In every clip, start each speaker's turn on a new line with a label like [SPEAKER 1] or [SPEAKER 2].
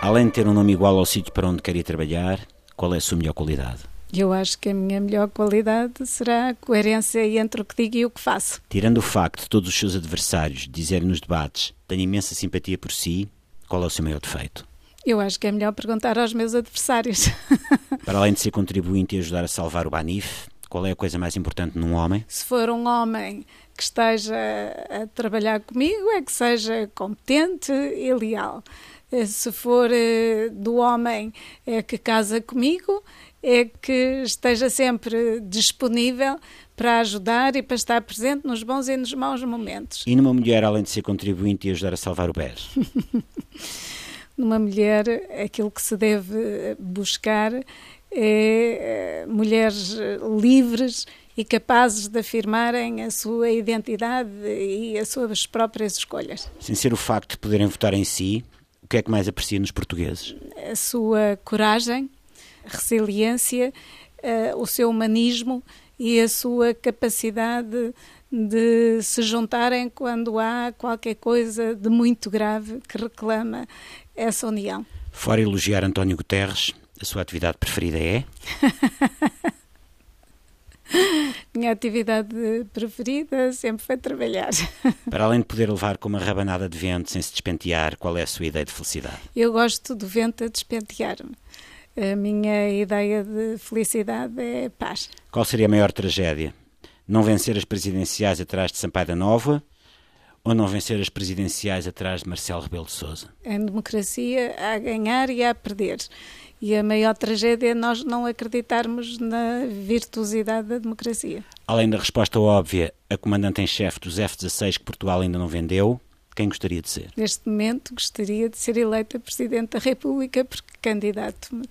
[SPEAKER 1] além de ter um nome igual ao sítio para onde quer ir trabalhar, qual é a sua melhor qualidade?
[SPEAKER 2] Eu acho que a minha melhor qualidade será a coerência entre o que digo e o que faço.
[SPEAKER 1] Tirando o facto de todos os seus adversários dizerem nos debates tenho imensa simpatia por si, qual é o seu maior defeito?
[SPEAKER 2] Eu acho que é melhor perguntar aos meus adversários.
[SPEAKER 1] Para além de ser contribuinte e ajudar a salvar o Banif, qual é a coisa mais importante num homem?
[SPEAKER 2] Se for um homem que esteja a trabalhar comigo, é que seja competente e leal. Eh, Se for eh, do homem é que casa comigo, é que esteja sempre disponível para ajudar e para estar presente nos bons e nos maus momentos.
[SPEAKER 1] E numa mulher, além de ser contribuinte e ajudar a salvar o BES?
[SPEAKER 2] numa mulher, aquilo que se deve buscar é mulheres livres e capazes de afirmarem a sua identidade e as suas próprias escolhas.
[SPEAKER 1] Sem ser o facto de poderem votar em si, o que é que mais aprecia nos portugueses?
[SPEAKER 2] A sua coragem, resiliência, eh, o seu humanismo e a sua capacidade de se juntarem quando há qualquer coisa de muito grave que reclama essa união.
[SPEAKER 1] Fora elogiar António Guterres, a sua atividade preferida é?
[SPEAKER 2] Minha atividade preferida sempre foi trabalhar.
[SPEAKER 1] Para além de poder levar com uma rabanada de vento sem se despentear, qual é a sua ideia de felicidade?
[SPEAKER 2] Eu gosto do vento a despentear-me. A minha ideia de felicidade é paz.
[SPEAKER 1] Qual seria a maior tragédia? Não vencer as presidenciais atrás de Sampaio da Nova ou não vencer as presidenciais atrás de Marcelo Rebelo de Sousa?
[SPEAKER 2] Em democracia há a ganhar e há a perder. E a maior tragédia é nós não acreditarmos na virtuosidade da democracia.
[SPEAKER 1] Além da resposta óbvia, a comandante em chefe dos F-16 que Portugal ainda não vendeu, quem gostaria de ser?
[SPEAKER 2] Neste momento gostaria de ser eleita Presidente da República porque candidato-me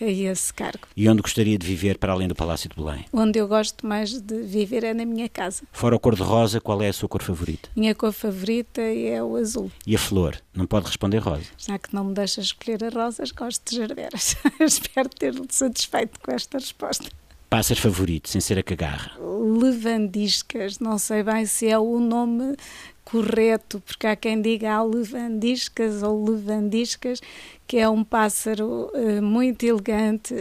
[SPEAKER 2] a esse cargo.
[SPEAKER 1] E onde gostaria de viver para além do Palácio de Belém?
[SPEAKER 2] Onde eu gosto mais de viver é na minha casa.
[SPEAKER 1] Fora a cor de rosa, qual é a sua cor favorita?
[SPEAKER 2] Minha cor favorita é o azul.
[SPEAKER 1] E a flor? Não pode responder rosa.
[SPEAKER 2] Já que não me deixa escolher as rosas, gosto de jardeiras. Espero ter-lhe satisfeito com esta resposta.
[SPEAKER 1] Pássaro favorito, sem ser a cagarra?
[SPEAKER 2] Levandiscas, não sei bem se é o nome correto, porque há quem diga há levandiscas ou levandiscas, que é um pássaro eh, muito elegante,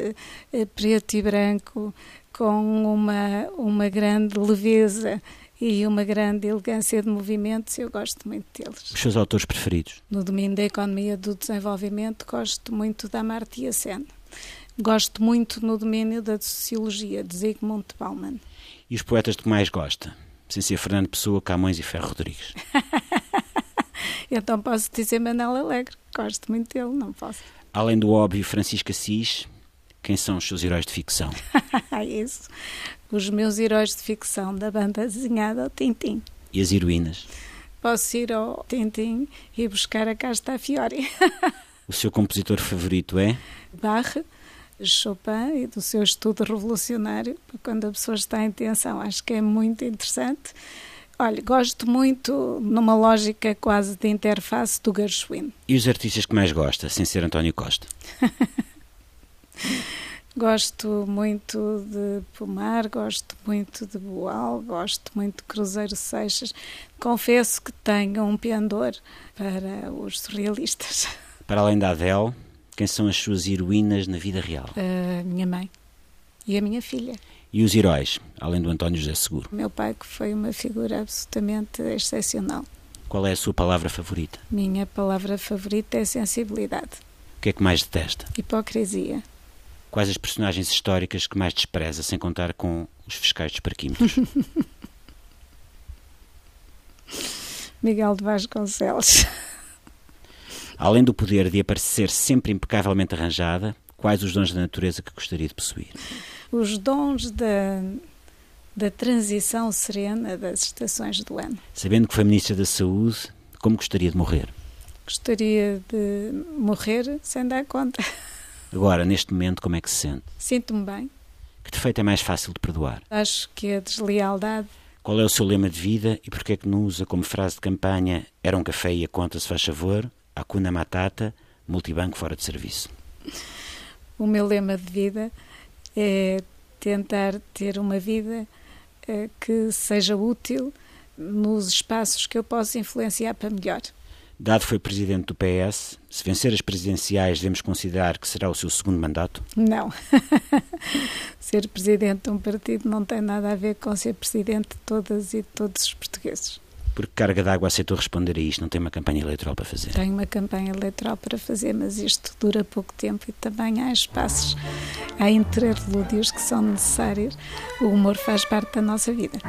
[SPEAKER 2] eh, preto e branco, com uma, uma grande leveza e uma grande elegância de movimentos, eu gosto muito deles.
[SPEAKER 1] Os seus autores preferidos?
[SPEAKER 2] No domínio da economia do desenvolvimento, gosto muito da Amartya Sen. Gosto muito no domínio da sociologia, de Zygmunt Bauman.
[SPEAKER 1] E os poetas de que mais gosta? sem ser Fernando Pessoa, Camões e Ferro Rodrigues.
[SPEAKER 2] então posso dizer Manuel Alegre, gosto muito dele, não posso.
[SPEAKER 1] Além do óbvio Francisco Assis, quem são os seus heróis de ficção?
[SPEAKER 2] Ah, é Isso, os meus heróis de ficção da banda desenhada ao Tintim.
[SPEAKER 1] E as heroínas?
[SPEAKER 2] Posso ir ao Tintim e buscar a Casta Fiore.
[SPEAKER 1] o seu compositor favorito é?
[SPEAKER 2] Barre. Chopin e do seu estudo revolucionário, quando a pessoa está em tensão. Acho que é muito interessante. Olha, gosto muito, numa lógica quase de interface, do Gershwin.
[SPEAKER 1] E os artistas que mais gosta, sem ser António Costa?
[SPEAKER 2] gosto muito de Pomar, gosto muito de Boal, gosto muito de Cruzeiro Seixas. Confesso que tenho um pendor para os surrealistas.
[SPEAKER 1] Para além da Adele, quem são as suas heroínas na vida real?
[SPEAKER 2] A minha mãe e a minha filha.
[SPEAKER 1] E os heróis, além do António José Seguro?
[SPEAKER 2] Meu pai, que foi uma figura absolutamente excepcional.
[SPEAKER 1] Qual é a sua palavra favorita?
[SPEAKER 2] Minha palavra favorita é sensibilidade.
[SPEAKER 1] O que é que mais detesta?
[SPEAKER 2] Hipocrisia.
[SPEAKER 1] Quais as personagens históricas que mais despreza, sem contar com os fiscais dos parquímetros?
[SPEAKER 2] Miguel de Vasconcelos.
[SPEAKER 1] Além do poder de aparecer sempre impecavelmente arranjada, quais os dons da natureza que gostaria de possuir?
[SPEAKER 2] Os dons da, da transição serena das estações do ano.
[SPEAKER 1] Sabendo que foi Ministra da Saúde, como gostaria de morrer?
[SPEAKER 2] Gostaria de morrer sem dar conta.
[SPEAKER 1] Agora, neste momento, como é que se sente?
[SPEAKER 2] Sinto-me bem.
[SPEAKER 1] Que defeito é mais fácil de perdoar?
[SPEAKER 2] Acho que a deslealdade
[SPEAKER 1] qual é o seu lema de vida e porquê é que não usa como frase de campanha era um café e a conta se faz favor, acuna matata, multibanco fora de serviço?
[SPEAKER 2] O meu lema de vida é tentar ter uma vida eh, que seja útil nos espaços que eu posso influenciar para melhor.
[SPEAKER 1] Dado foi presidente do PS, se vencer as presidenciais, devemos considerar que será o seu segundo mandato?
[SPEAKER 2] Não. ser presidente de um partido não tem nada a ver com ser presidente de todas e de todos os portugueses.
[SPEAKER 1] Porque carga d'água aceitou responder a isto, não tem uma campanha eleitoral para fazer?
[SPEAKER 2] Tenho uma campanha eleitoral para fazer, mas isto dura pouco tempo e também há espaços, há interlúdios que são necessários. O humor faz parte da nossa vida.